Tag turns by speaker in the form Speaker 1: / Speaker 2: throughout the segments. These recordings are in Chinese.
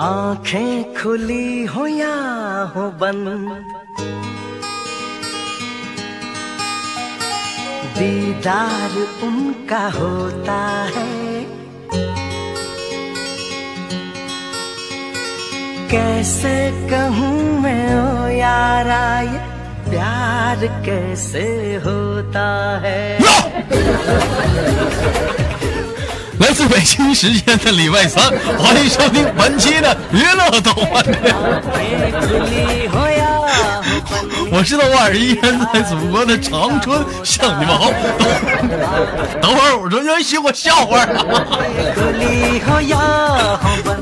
Speaker 1: आंखें खुली हो या हो बंद दीदार उनका होता है कैसे कहूँ मैं ओ यारा ये प्यार कैसे होता है
Speaker 2: No! 来自北京时间的礼拜三，欢迎收听本期的娱乐豆瓣天。我是豆瓣儿，依然在祖国的长春向你们好。 等等会儿，我说允许我笑会儿，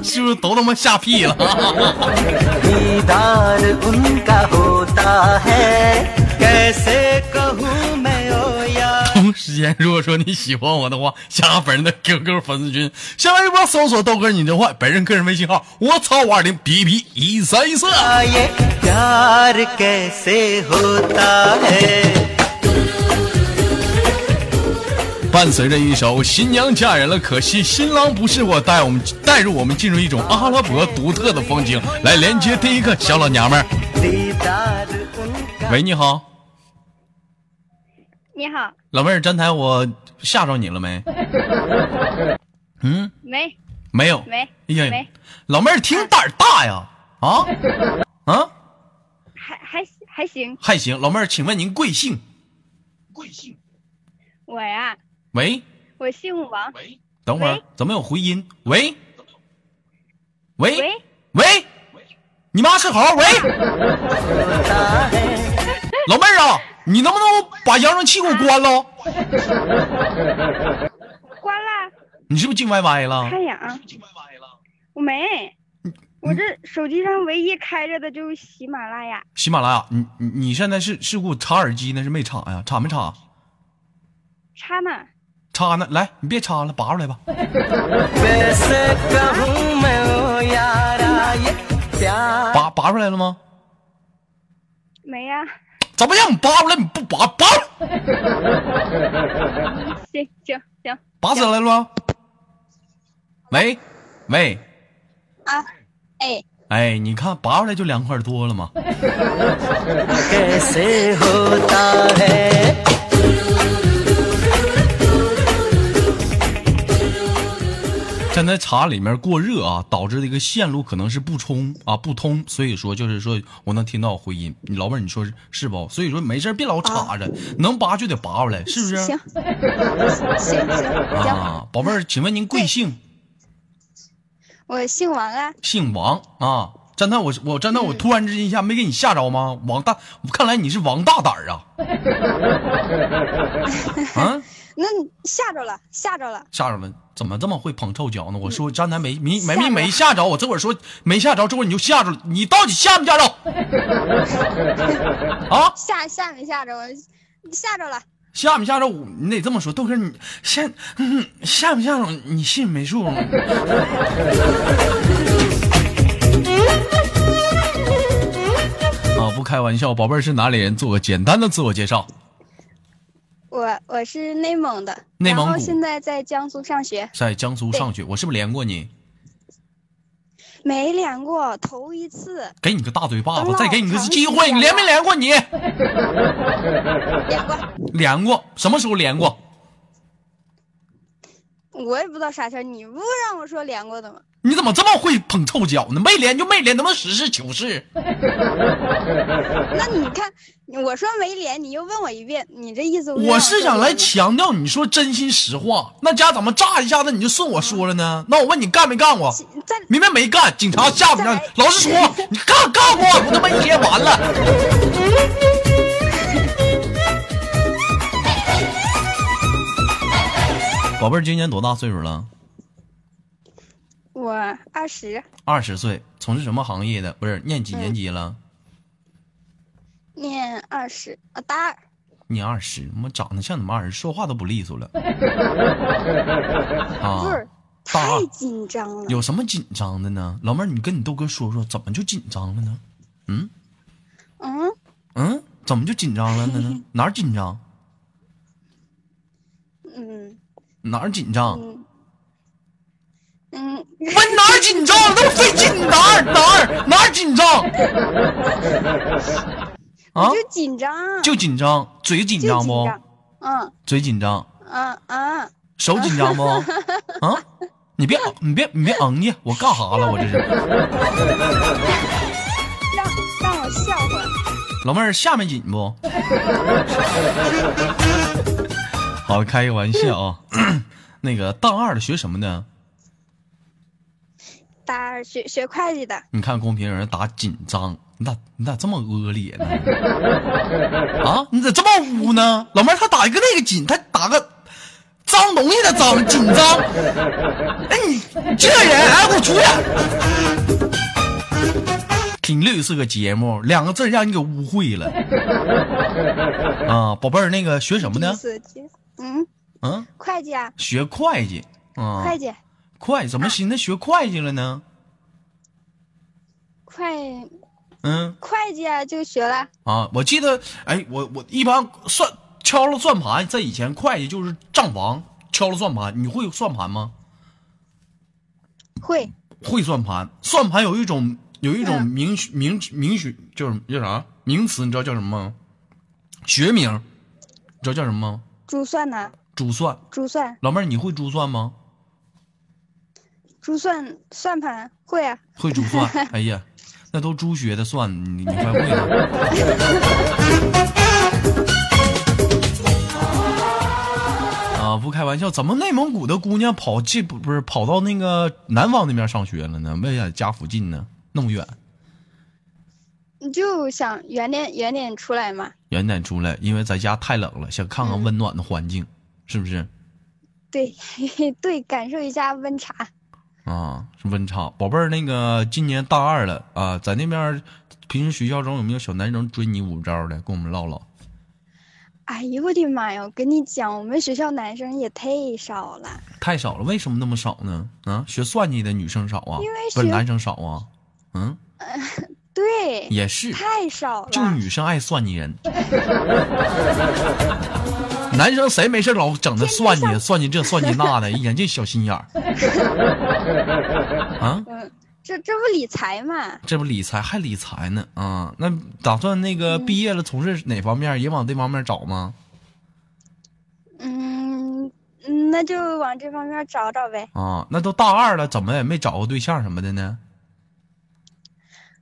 Speaker 2: 是不是都他妈吓屁了？
Speaker 1: दीदार उनका होता है कैसे कहूँ मैं ओ यार
Speaker 2: 同时间，如果说你喜欢我的话，加本人的 QQ 粉丝群，下微博搜索“豆哥你真坏”，本人个人微信号：我操五二零 B B 一三一四。
Speaker 1: ये प्यार कैसे होता है
Speaker 2: 伴随着一首《新娘嫁人了》，可惜新郎不是我，带我们带入我们进入一种阿拉伯独特的风情，来连接第一个小老娘们儿。
Speaker 1: दीदार उनका
Speaker 2: 喂，你好，
Speaker 3: 你好，
Speaker 2: 老妹儿，站台我吓着你了 没？嗯，
Speaker 3: 没
Speaker 2: 没有。
Speaker 3: 没
Speaker 2: 哎呀
Speaker 3: 没，
Speaker 2: 老妹儿挺胆儿大呀！ 啊啊，
Speaker 3: 还还还行，
Speaker 2: 还行。老妹儿，请问您贵姓？
Speaker 3: 我呀，
Speaker 2: 喂，
Speaker 3: 啊我姓王，
Speaker 2: 等会儿
Speaker 3: 喂
Speaker 2: 怎么有回音？喂，喂
Speaker 3: 喂，
Speaker 2: 喂，你妈是猴！喂，老妹儿啊，你能不能把扬声器给我关了？
Speaker 3: 关了，
Speaker 2: 你是不是进 YY 了？
Speaker 3: 看一眼啊，我没，我这手机上唯一开着的就是喜马拉雅，
Speaker 2: 喜马拉雅，你你你现在是是给我插耳机呢，是没插呀？插没插？
Speaker 3: 插呢，
Speaker 2: 插呢？来，你别插了，拔出来吧。
Speaker 1: कैसे कहूँ मैं ओ यारा ये प्यार
Speaker 2: 拔拔出来了吗？
Speaker 3: 没啊呀，
Speaker 2: 怎么让你拔出来？你不拔，拔
Speaker 3: 行行行
Speaker 2: 拔出来了吗？喂喂，
Speaker 3: 啊，哎，
Speaker 2: 哎，你看拔出来就凉快多了嘛。
Speaker 1: कैसे होता है
Speaker 2: 站在茶里面过热啊，导致的一个线路可能是不充啊不通，所以说就是说我能听到回音。你老妹儿，你说是是不？所以说没事儿别老插着，能拔就得拔出来，是不是？
Speaker 3: 行行行行，
Speaker 2: 啊，宝贝儿，请问您贵姓？
Speaker 3: 我姓王啊，
Speaker 2: 姓王啊？真的，我我真的我突然之间一下没给你吓着吗？王大，看来你是王大胆儿啊！啊，
Speaker 3: 那吓着了，吓着了，
Speaker 2: 吓着了，怎么这么会捧臭脚呢？我说刚才没没没
Speaker 3: 嗯吓着
Speaker 2: 没没吓着，我这会儿说没吓着，这会儿你就吓着了，你到底吓没 吓着？啊，
Speaker 3: 吓吓没吓着我，吓着了，
Speaker 2: 吓没吓着？我你得这么说，豆哥你吓，嗯，吓没吓着？你信没数？ 啊，不开玩笑，宝贝儿是哪里人？做个简单的自我介绍。
Speaker 3: 我我是内蒙的，
Speaker 2: 内蒙
Speaker 3: 然后
Speaker 2: 古
Speaker 3: 现在在江苏上学。
Speaker 2: 在江苏上学，我是不是连过你？
Speaker 3: 没连过，头一次
Speaker 2: 给你个大嘴巴
Speaker 3: 等
Speaker 2: 子，
Speaker 3: 老
Speaker 2: 再给你个
Speaker 3: 长
Speaker 2: 机
Speaker 3: 时
Speaker 2: 会，
Speaker 3: 间
Speaker 2: 你连没
Speaker 3: 了
Speaker 2: 连过你？
Speaker 3: 连过，
Speaker 2: 连过，什么时候连过？
Speaker 3: 我也不知道啥事儿。你不让我说连过的吗？
Speaker 2: 你怎么这么会捧臭脚呢？没连就没连，能不能实事求是？
Speaker 3: 那你看，我说没连，你又问我一遍，你这意思不让
Speaker 2: 我是想来
Speaker 3: 说
Speaker 2: 强调，你说真心实话，那家怎么炸一下子你就顺我说了呢？那我问你干没干过？
Speaker 3: 连吗再
Speaker 2: 明明没干，警察吓不
Speaker 3: 再
Speaker 2: 让
Speaker 3: 来，
Speaker 2: 老实说，你干干过，我他妈一天完了。宝贝儿，今年多大岁数了？
Speaker 3: 我二十
Speaker 2: 二十岁，从事什么行业的？不是念几年级了？
Speaker 3: 念二十啊，大二
Speaker 2: 念二十，他妈长得像你妈二十，说话都不利索 了。
Speaker 3: 不
Speaker 2: 啊
Speaker 3: 是，
Speaker 2: 大二
Speaker 3: 太紧张了。
Speaker 2: 有什么紧张的呢？老妹儿，你跟你豆哥说说，怎么就紧张了呢？
Speaker 3: 嗯，
Speaker 2: 嗯，怎么就紧张了 呢？哪儿紧张？
Speaker 3: 嗯
Speaker 2: 哪儿紧张？
Speaker 3: 嗯嗯，嗯
Speaker 2: 问哪儿紧张？那么费劲呢？儿哪儿哪儿紧 张？啊
Speaker 3: 我，就紧张，
Speaker 2: 就紧张，嘴紧
Speaker 3: 就
Speaker 2: 张不？
Speaker 3: 紧张，嗯
Speaker 2: 嘴紧张，
Speaker 3: 嗯嗯，
Speaker 2: 手紧张 不？啊，你别你别你别嗯去，我干啥了？我这是
Speaker 3: 让让我笑会儿。
Speaker 2: 老妹儿下面紧不？ 好，开个玩笑啊。 那个大二的学什么呢？
Speaker 3: 大二学学会计的，
Speaker 2: 你看公屏有人打紧张，你咋你咋这么恶劣呢？ 啊，你咋这么污呢？老妹儿，她打一个那个紧，她打个脏东西的脏紧张。哎，你这人，哎，给我出去！频率是个节目，两个字儿让你给污秽了。啊，宝贝儿，那个学什么呢
Speaker 3: 意？思就是嗯，
Speaker 2: 嗯，
Speaker 3: 会计啊，
Speaker 2: 学会计。啊，
Speaker 3: 会计，
Speaker 2: 会怎么寻思学会计了呢？
Speaker 3: 会
Speaker 2: 嗯。
Speaker 3: 会计啊，就学了，
Speaker 2: 啊，我记得，哎，我我一般算敲了算盘，在以前会计就是账房敲了算盘，你会算盘吗？
Speaker 3: 会
Speaker 2: 会算盘，算盘有一种有一种
Speaker 3: 嗯
Speaker 2: 名学名名学就是叫啥名词，你知道叫什么吗？学名，你知道叫什么吗？
Speaker 3: 珠算呐，
Speaker 2: 珠算，
Speaker 3: 珠算，
Speaker 2: 老妹儿，你会珠算吗？
Speaker 3: 珠算算盘会啊，
Speaker 2: 会珠算，哎呀，那都猪学的算，你你快会了。啊，不开玩笑，怎么内蒙古的姑娘跑这不不是跑到那个南方那边上学了呢？为啥家附近呢？那么远，
Speaker 3: 你就想远点远点出来嘛，
Speaker 2: 远点出来，因为在家太冷了，想看看温暖的环境，是不是？
Speaker 3: 对 对，感受一下温差。
Speaker 2: 啊，是温差。宝贝儿，那个今年大二了啊，在那边平时学校中有没有小男生追你五招的？跟我们唠唠。
Speaker 3: 哎呦我的妈呀！我跟你讲，我们学校男生也太少了，
Speaker 2: 太少了，为什么那么少呢？啊，学算计的女生少啊，
Speaker 3: 因为
Speaker 2: 不是
Speaker 3: 学
Speaker 2: 男生少啊，嗯，
Speaker 3: 对，
Speaker 2: 也是，
Speaker 3: 太少了。
Speaker 2: 就女生爱算计人，男生谁没事老整那算 计算计这算计那的，一眼这小心眼儿，啊，
Speaker 3: 嗯，这这不理财嘛？
Speaker 2: 这不理财还理财呢啊？那打算那个毕业了从事哪方面也往这方面找吗？
Speaker 3: 嗯，嗯那就往这方面找找呗。
Speaker 2: 啊，那都大二了，怎么也没找个对象什么的呢？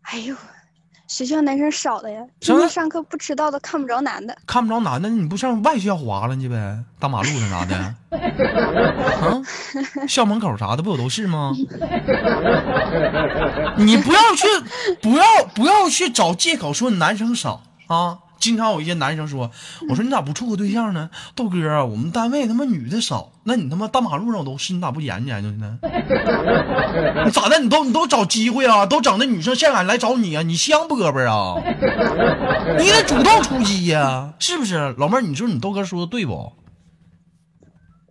Speaker 3: 哎呦，学校男生少的呀，
Speaker 2: 什
Speaker 3: 天
Speaker 2: 么
Speaker 3: 天上课不迟到都看不着男的。
Speaker 2: 看不着男的，你不上外学校划拉去呗？大马路上啥的，啊，校门口啥的不有都是吗？你不要去，不要不要去找借口说男生少啊！经常有一些男生说，我说你咋不处个对象呢？豆哥啊，我们单位他妈女的少，那你他妈大马路上都是，你咋不研究研究呢？你咋的？你都你都找机会啊，都整那女生现敢来找你啊？你香饽饽啊？你得主动出击呀、是不是？老妹儿，你说你豆哥说的对不？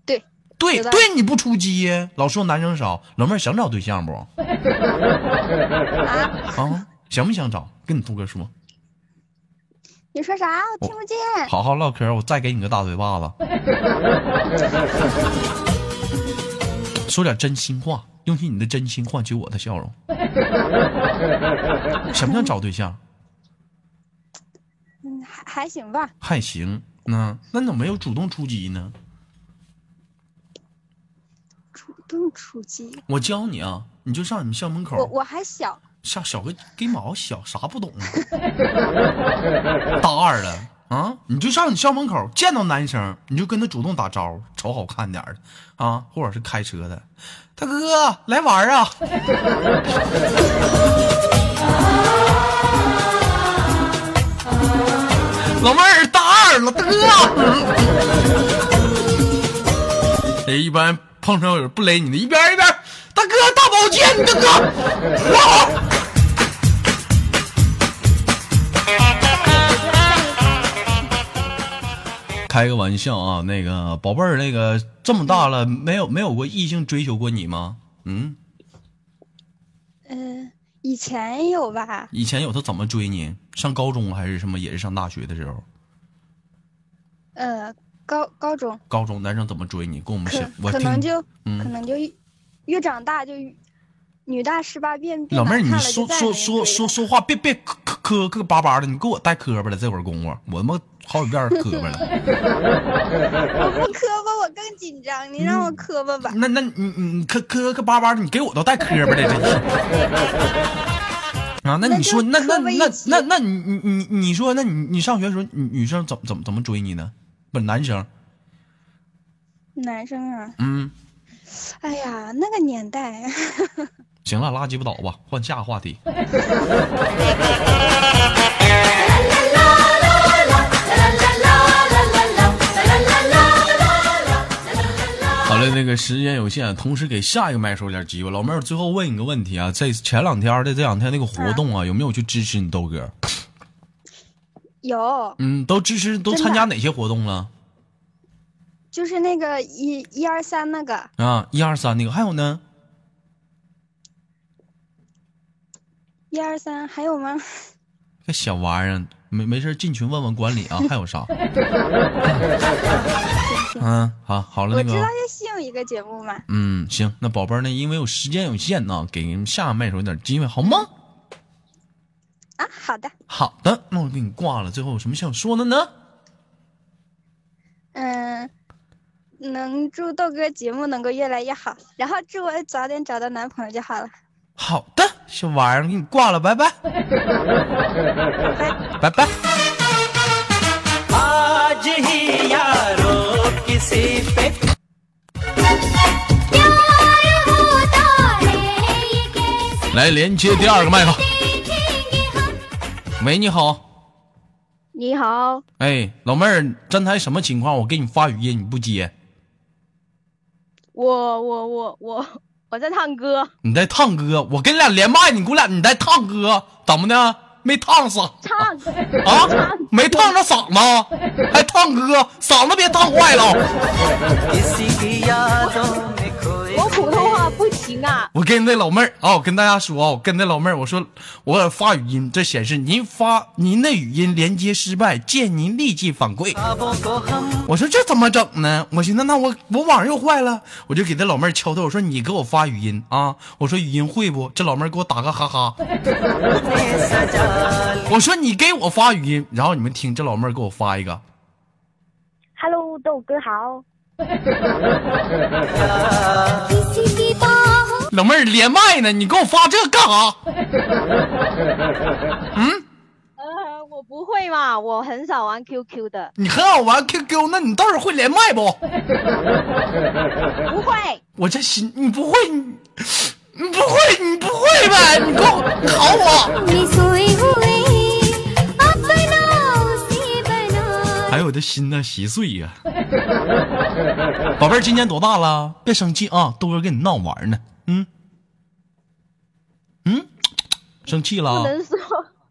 Speaker 3: 对，
Speaker 2: 对
Speaker 3: 是的
Speaker 2: 对，你不出击，老说男生少，老妹儿想找对象不？
Speaker 3: 啊，
Speaker 2: 啊，想不想找？跟你豆哥说，
Speaker 3: 你说啥？我听不见。
Speaker 2: 好好唠嗑，我再给你个大嘴巴子。说点真心话，用尽你的真心换取我的笑容。想不想找对象？
Speaker 3: 嗯，还还行吧。
Speaker 2: 还行，那那你怎么没有主动出击呢？
Speaker 3: 主动出击。
Speaker 2: 我教你啊，你就上你们校门口。
Speaker 3: 我我还小，
Speaker 2: 像小个给毛小啥不懂啊？大二了啊，你就上你校门口见到男生，你就跟他主动打招呼，瞅好看点儿的啊，或者是开车的，大哥来玩儿啊！ 老妹儿大二了，大哥，哎，一般碰上有人不勒你的，一边儿一边儿，大哥大保健，你大哥。开个玩笑啊，那个宝贝儿，那个这么大了，没有没有过异性追求过你吗？嗯，
Speaker 3: 嗯、以前也有吧，
Speaker 2: 以前有他怎么追你？上高中还是什么？也是上大学的时候，
Speaker 3: 呃，高高中
Speaker 2: 高中男生怎么追你？跟我们
Speaker 3: 可
Speaker 2: 想，我
Speaker 3: 可
Speaker 2: 听
Speaker 3: 能就、
Speaker 2: 嗯
Speaker 3: 可能就越越长大就越女大十八变，
Speaker 2: 老妹儿，你
Speaker 3: 变难看了
Speaker 2: 说
Speaker 3: 就再也
Speaker 2: 说
Speaker 3: 没
Speaker 2: 说
Speaker 3: 追
Speaker 2: 说
Speaker 3: 了
Speaker 2: 说话，别别磕磕磕巴巴的，你给我带磕巴了，这会儿功夫，我他妈好几遍儿磕巴了。
Speaker 3: 我不磕巴，我更紧张，你
Speaker 2: 嗯
Speaker 3: 让我磕巴吧。
Speaker 2: 那那你你你磕磕磕巴巴的，你给我都带磕巴的，真是。啊，那你说，那
Speaker 3: 那就
Speaker 2: 那
Speaker 3: 磕巴一
Speaker 2: 那
Speaker 3: 起
Speaker 2: 那那你你你你说，那你你上学的时候，女女生怎么怎么怎么追你呢？不是男生，
Speaker 3: 男生啊，
Speaker 2: 嗯，
Speaker 3: 哎呀，那个年代，
Speaker 2: 行了，拉鸡巴倒吧，换下个话题。好了，那个时间有限，同时给下一个麦手点机会。老妹儿，最后问你个问题啊，这前两天的这两天那个活动啊，有没有去支持你豆哥？
Speaker 3: 有，
Speaker 2: 嗯，都支持，都
Speaker 3: 真的
Speaker 2: 参加哪些活动了？
Speaker 3: 就是那个一一二三那个，
Speaker 2: 啊，一二三那个，还有呢？
Speaker 3: 一二三还有吗？
Speaker 2: 这小玩意儿，啊没没事儿进群问问管理啊，还有啥？ 嗯，好，好了，
Speaker 3: 我
Speaker 2: 那
Speaker 3: 知
Speaker 2: 个
Speaker 3: 道，就新有一个节目嘛。
Speaker 2: 嗯，行，那宝贝儿呢，因为有时间有限呢，给人下麦手点机会好吗？
Speaker 3: 啊，好的，
Speaker 2: 好的，那我给你挂了。最后有什么想说的呢？
Speaker 3: 嗯，能祝豆哥节目能够越来越好，然后祝我早点找到男朋友就好了。
Speaker 2: 好的，小玩意儿，给你挂了，拜拜，拜拜。
Speaker 1: आज ही यारो किसी पे
Speaker 4: प्यार होता है ये कैसे
Speaker 2: 来连接第二个麦克。
Speaker 4: देखेंगे हम
Speaker 2: 喂，你好，
Speaker 3: 你好，
Speaker 2: 哎，老妹儿，站台什么情况？我给你发语音，你不接，
Speaker 5: 我我我我我在唱歌，
Speaker 2: 你在烫歌，我跟你俩连麦，你给我俩你在烫歌，怎么的？没烫死啊？
Speaker 5: 唱歌，
Speaker 2: 没烫着嗓子，还烫歌，嗓子别烫坏了。
Speaker 1: किसी की यादों में खोए
Speaker 5: 我普通话不行啊，
Speaker 2: 我跟那老妹儿啊，我跟大家说啊，我跟那老妹儿我说，我发语音，这显示您发您的语音连接失败，建议您立即反馈。
Speaker 1: ख्वाबों को हम
Speaker 2: 我说这怎么整呢？我寻思那我我网又坏了，我就给这老妹儿敲头，我说你给我发语音啊，我说语音会不？这老妹儿给我打个哈哈，
Speaker 1: ने सजा ली।
Speaker 2: 我说你给我发语音，然后你们听这老妹儿给我发一个，
Speaker 6: Hello，豆哥好，
Speaker 4: किसी की बाहों
Speaker 2: 老妹儿连麦呢，你给我发这干啥？
Speaker 5: 呃，我不会嘛，我很少玩 QQ 的，
Speaker 2: 你很好玩 QQ，那你到时候会连麦不？
Speaker 5: 不会，
Speaker 2: 我这心你不会，你你不会，你不会呗？你给我你考我。
Speaker 4: में सोए हुए अपना उसे बना
Speaker 2: 哎呦，我的心呢，稀碎呀、 宝贝儿，今年多大了？别生气啊，豆哥跟你闹玩呢。嗯，嗯，生气了
Speaker 5: 不
Speaker 2: 啊？
Speaker 5: 能说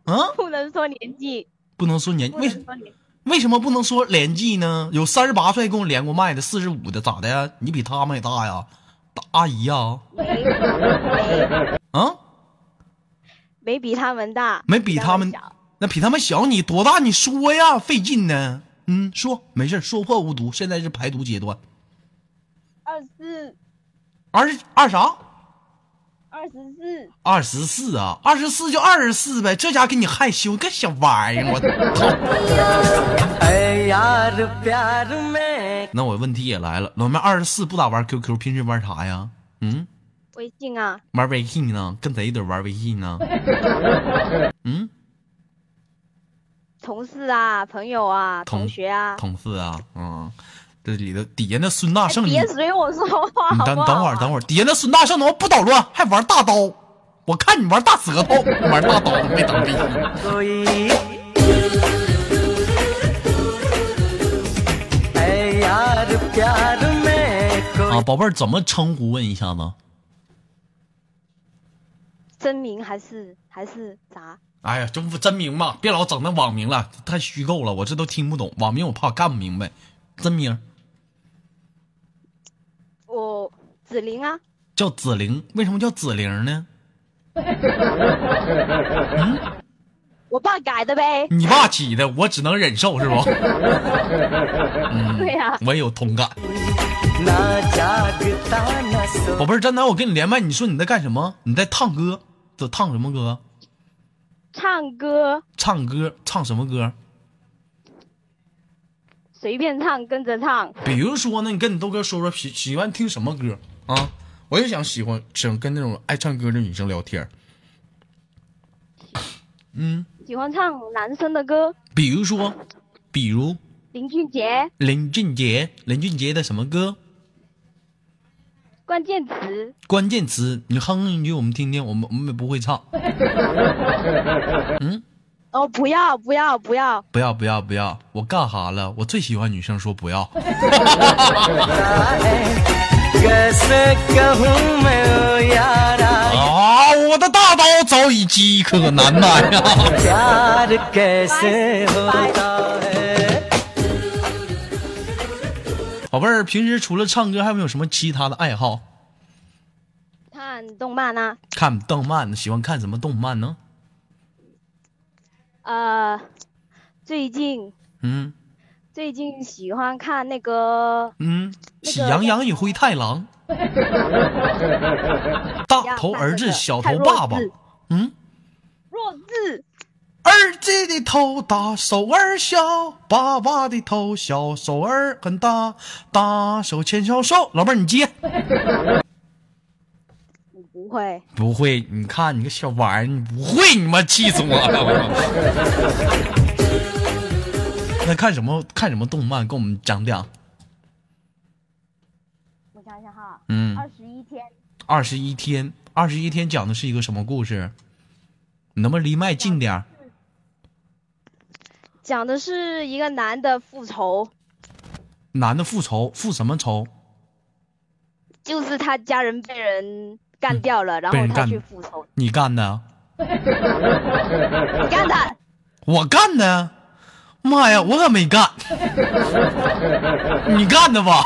Speaker 2: 啊，
Speaker 5: 不能说年纪，
Speaker 2: 不能说年
Speaker 5: 不
Speaker 2: 为
Speaker 5: 能
Speaker 2: 什
Speaker 5: 说年纪，
Speaker 2: 为什么不能说年纪呢？有三十八岁跟我连过麦的，四十五的咋的呀？你比他们还大呀？大阿姨呀、啊？
Speaker 5: 没没没比他们大，
Speaker 2: 没比他们
Speaker 5: 小，
Speaker 2: 那比他们小你多大？你说呀，费劲呢。嗯，说没事儿，说破无毒，现在是排毒阶段。
Speaker 5: 二十四
Speaker 2: 二十二啥？
Speaker 5: 二十四，
Speaker 2: 二十四啊，二十四就二十四呗。这家给你害羞个小玩 意儿，我操！
Speaker 1: ऐ यार प्यार में
Speaker 2: 那我问题也来了，老妹二十四不咋玩 QQ，平时玩啥呀？嗯，
Speaker 5: 微信啊，
Speaker 2: 玩微信呢，跟谁一堆玩微信 呢？嗯，
Speaker 5: 同事啊，朋友啊，
Speaker 2: 同
Speaker 5: 同学啊，
Speaker 2: 同事啊，嗯，这里头底下那孙大
Speaker 5: 哎
Speaker 2: 圣，
Speaker 5: 别随我说话
Speaker 2: 你
Speaker 5: 好
Speaker 2: 等
Speaker 5: 不好啊？
Speaker 2: 等会儿，等会儿，底下那孙大圣他妈不捣乱，还玩大刀，我看你玩大舌 头，你玩大刀没当逼。
Speaker 1: कोई ऐ यार प्यार में
Speaker 2: 啊，
Speaker 1: कोई
Speaker 2: 宝贝儿怎么称呼？问一下子。
Speaker 5: 真名还是还是啥？
Speaker 2: 哎呀，真不真名吧，别老整那网名了，太虚构了，我这都听不懂。网名我怕干不明白，真名
Speaker 5: 我子琳啊，
Speaker 2: 叫紫玲，为什么叫紫玲呢？
Speaker 5: 我爸改的呗。
Speaker 2: 你爸起的，我只能忍受，是不？
Speaker 5: 对呀、
Speaker 2: 我也有同感。
Speaker 1: ना जागता न सो
Speaker 2: 宝贝儿，真的，我跟你连麦，你说你在干什么？你在唱歌？这唱什么歌？
Speaker 5: 唱歌
Speaker 2: 唱歌？唱什么歌？
Speaker 5: 随便唱，跟着唱。
Speaker 2: 比如说呢，你跟你豆哥说说喜喜欢听什么歌啊？我也想喜欢想跟那种爱唱歌的女生聊天儿。嗯，
Speaker 5: 喜欢唱男生的歌，
Speaker 2: 比如说，比如
Speaker 5: 林俊杰，
Speaker 2: 林俊杰，林俊杰的什么歌？
Speaker 5: 关键词
Speaker 2: 关键词，你哼哼一句我们听听，我们我们也不会唱。
Speaker 5: 哦，不要不要不要，
Speaker 2: 不要不要不要，我干哈了？我最喜欢女生说不要。
Speaker 1: है कैसे कहूँ मैं ओ यारा
Speaker 2: 啊，我的大刀早已饥渴难耐啊呀、
Speaker 1: प्यार कैसे होता है
Speaker 2: 宝贝儿，平时除了唱歌，还有没有什么其他的爱好？
Speaker 5: 看动漫啊，
Speaker 2: 看动漫，喜欢看什么动漫呢？
Speaker 5: 呃，最近
Speaker 2: 嗯
Speaker 5: 最近喜欢看那个
Speaker 2: 嗯，
Speaker 5: 那个
Speaker 2: 喜羊羊与灰太狼， 大头儿子小头爸爸
Speaker 5: 太弱智，
Speaker 2: 嗯，
Speaker 5: 弱智，
Speaker 2: 儿子的头大，手儿小，爸爸的头小，手儿很大，大手牵小手。老妹儿，你接。
Speaker 5: 我不会，
Speaker 2: 不会，你看你个小玩意儿，你不会，你妈气死我了！我操 那看什么看什么动漫？跟我们讲讲。
Speaker 6: 我想想哈，
Speaker 2: 嗯，
Speaker 6: 二十一天，
Speaker 2: 二十一天，二十一天讲的是一个什么故事？你能不能离麦近点儿？
Speaker 5: 讲的是一个男的复仇，
Speaker 2: 男的复仇，复什么仇？
Speaker 5: 就是他家人被人干掉了，
Speaker 2: 嗯
Speaker 5: 然
Speaker 2: 被人
Speaker 5: 后他
Speaker 2: 干
Speaker 5: 去复仇，
Speaker 2: 你干的？
Speaker 5: 你干的，
Speaker 2: 我干的？妈呀，我可没干，你干的吧？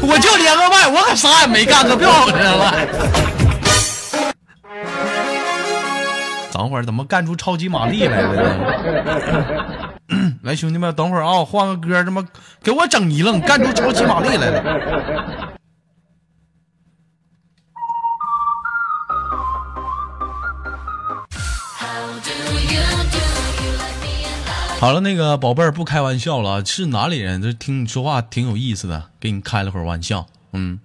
Speaker 2: 我就连个麦，我可啥也没干，可别往我身上赖。等会儿怎么干出超级玛丽来了呢？来，兄弟们，等会儿啊、我换个歌，他妈给我整一愣，干出超级玛丽来了。好了，那个宝贝儿，不开玩笑了，是哪里人？这听你说话挺有意思的，给你开了会儿玩笑。嗯，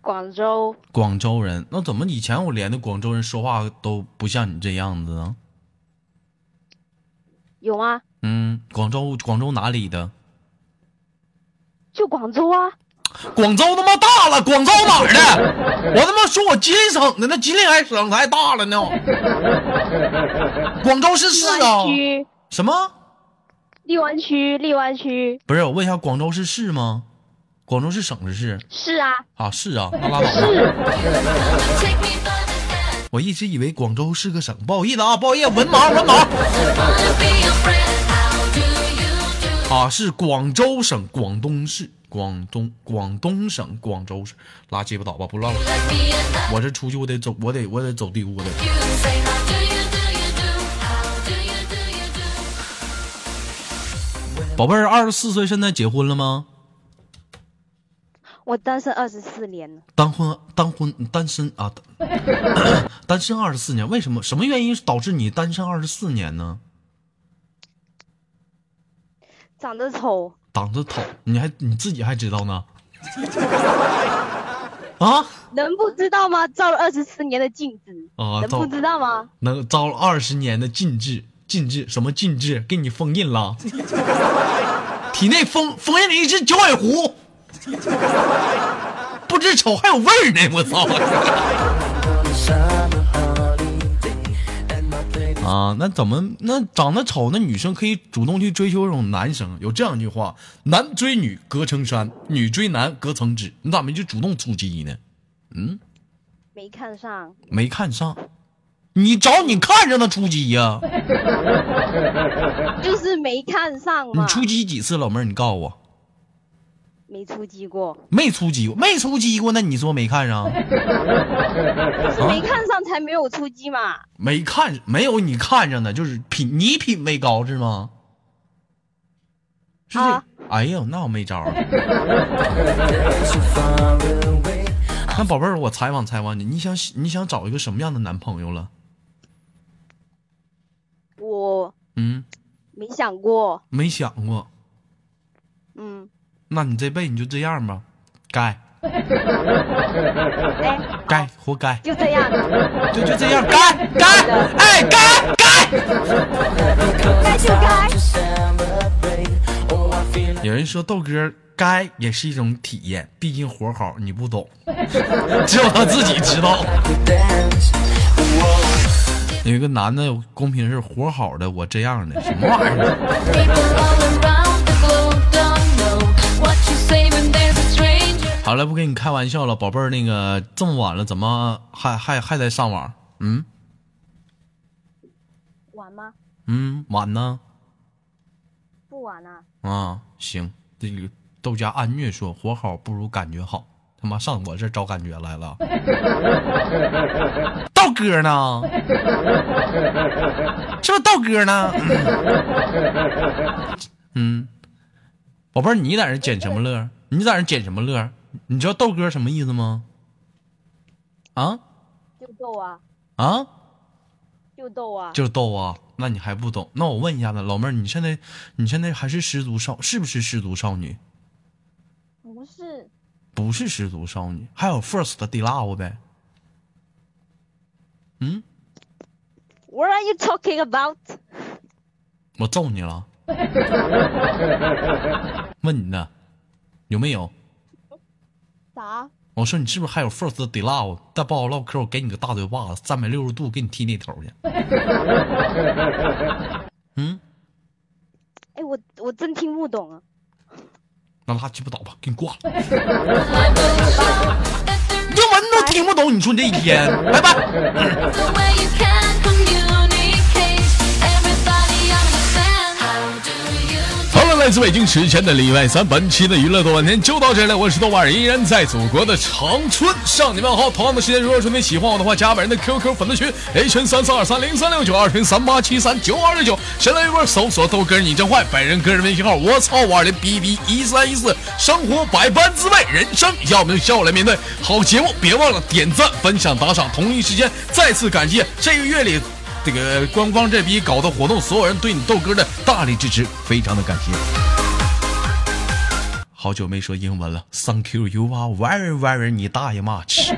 Speaker 5: 广州
Speaker 2: 广州人，那怎么以前我连的广州人说话都不像你这样子呢？
Speaker 5: 有吗？
Speaker 2: 嗯，广州广州哪里的？
Speaker 5: 就广州啊，
Speaker 2: 广州他妈大了，广州哪儿的？我他妈说我吉林省的，那吉林还省还大了呢。广州是市
Speaker 5: 荔
Speaker 2: 啊
Speaker 5: 湾？区，
Speaker 2: 什么？
Speaker 5: 荔湾区，荔湾区，
Speaker 2: 不是，我问一下，广州是市吗？广州是省是市
Speaker 5: 是啊，
Speaker 2: 啊？是啊，那拉倒吧。
Speaker 5: 是，
Speaker 2: 我一直以为广州是个省，不好意思啊，不好意思，文盲文盲。啊，是广州省广东市，广东广东省广州市，拉鸡巴倒吧，不唠了。我这出去我得走，我得我得走地屋的。宝贝儿，二十四岁，现在结婚了吗？
Speaker 5: 我单身二十四年了，
Speaker 2: 单婚单婚单身啊， 单单身二十四年，为什么？什么原因导致你单身二十四年呢？
Speaker 5: 长得丑，
Speaker 2: 挡着头，你还你自己还知道呢？ 啊
Speaker 5: 能不知道吗？照了二十四年的镜子，
Speaker 2: 啊，
Speaker 5: 能
Speaker 2: 遭
Speaker 5: 不知道吗？
Speaker 2: 能遭了二十年的禁制，禁制什么禁制？给你封印 了，体内封封印了一只九尾狐，不知丑还有味儿呢！我操！ 啊，那怎么那长得丑那女生可以主动去追求这种男生？有这样一句话：男追女隔层山，女追男隔层纸。你咋没去主动出击呢？
Speaker 5: 没看上，
Speaker 2: 没看上，你找你看上的出击呀、
Speaker 5: 就是没看上
Speaker 2: 你
Speaker 5: 嘛，
Speaker 2: 出击几次，老妹儿？你告诉我，
Speaker 5: 没出击过，
Speaker 2: 没出击过，没出击过，那你说没看上？啊
Speaker 5: 没看上才没有出击嘛。
Speaker 2: 没看，没有你看上的，就是品你品味高是吗？是这，
Speaker 5: 啊
Speaker 2: 哎呦，那我没招儿。那宝贝儿，我采访采访你，你想你想找一个什么样的男朋友了？
Speaker 5: 我
Speaker 2: 嗯，
Speaker 5: 没想过，
Speaker 2: 没想过。
Speaker 5: 嗯，
Speaker 2: 那你这辈子你就这样吧，该
Speaker 5: 哎，
Speaker 2: 该活该，
Speaker 5: 就这样。
Speaker 2: 就就这样，该该，哎该该。
Speaker 5: 该就该。
Speaker 2: 有人说豆哥该也是一种体验，毕竟活好你不懂，只有他自己知道。有一个男的公屏是活好的，我这样的什么玩意儿？好了，不跟你开玩笑了，宝贝儿，那个这么晚了，怎么还还还在上网？嗯
Speaker 5: 晚吗？
Speaker 2: 嗯，晚呢？
Speaker 5: 不晚啊。
Speaker 2: 啊，行，这个豆家安月说活好不如感觉好，他妈上我这儿找感觉来了。道哥呢？是不是道哥呢？嗯，宝贝儿，你在这捡什么乐儿？你在这捡什么乐儿？你知道豆哥什么意思吗？啊
Speaker 5: 就逗啊，
Speaker 2: 啊，
Speaker 5: 就逗啊。
Speaker 2: 就是逗啊！那你还不懂？那我问一下子，老妹儿，你现在你现在还是失足少，是不是失足少女？
Speaker 5: 不是，
Speaker 2: 不是失足少女，还有 First 的 Love 呗。嗯，
Speaker 5: What are you talking about？
Speaker 2: 我揍你 了。问你呢，有没有？
Speaker 5: 啥？
Speaker 2: 我说你是不是还有 First 的 Love？再不好唠嗑，我给你个大嘴巴子，三百六十度给你踢那头去。嗯，
Speaker 5: 哎，我我真听不懂啊。
Speaker 2: 那拉鸡巴倒吧，给你挂了。英文都听不懂，你说你这一天，拜拜。
Speaker 7: 好了，来自北京时间的礼拜三，本期的娱乐多半天就到这里了。我是豆瓣儿，依然在祖国的长春向你问好。同样的时间，如果说你喜欢我的话，加本人的 QQ 粉丝群 h 群三三二三零三六九，二群三八七三九二六九，新浪微博搜索豆哥儿你真坏，本人个人微信号我操五二零 bb 一三一四，生活百般滋味，人生要么就笑来面对。好节目，别忘了点赞、分享、打赏。同一时间，再次感谢这个月里。这个官方这逼搞的活动，所有人对你豆哥的大力支持，非常的感谢。
Speaker 2: 好久没说英文了，Thank you, you are very very 你大爷 much。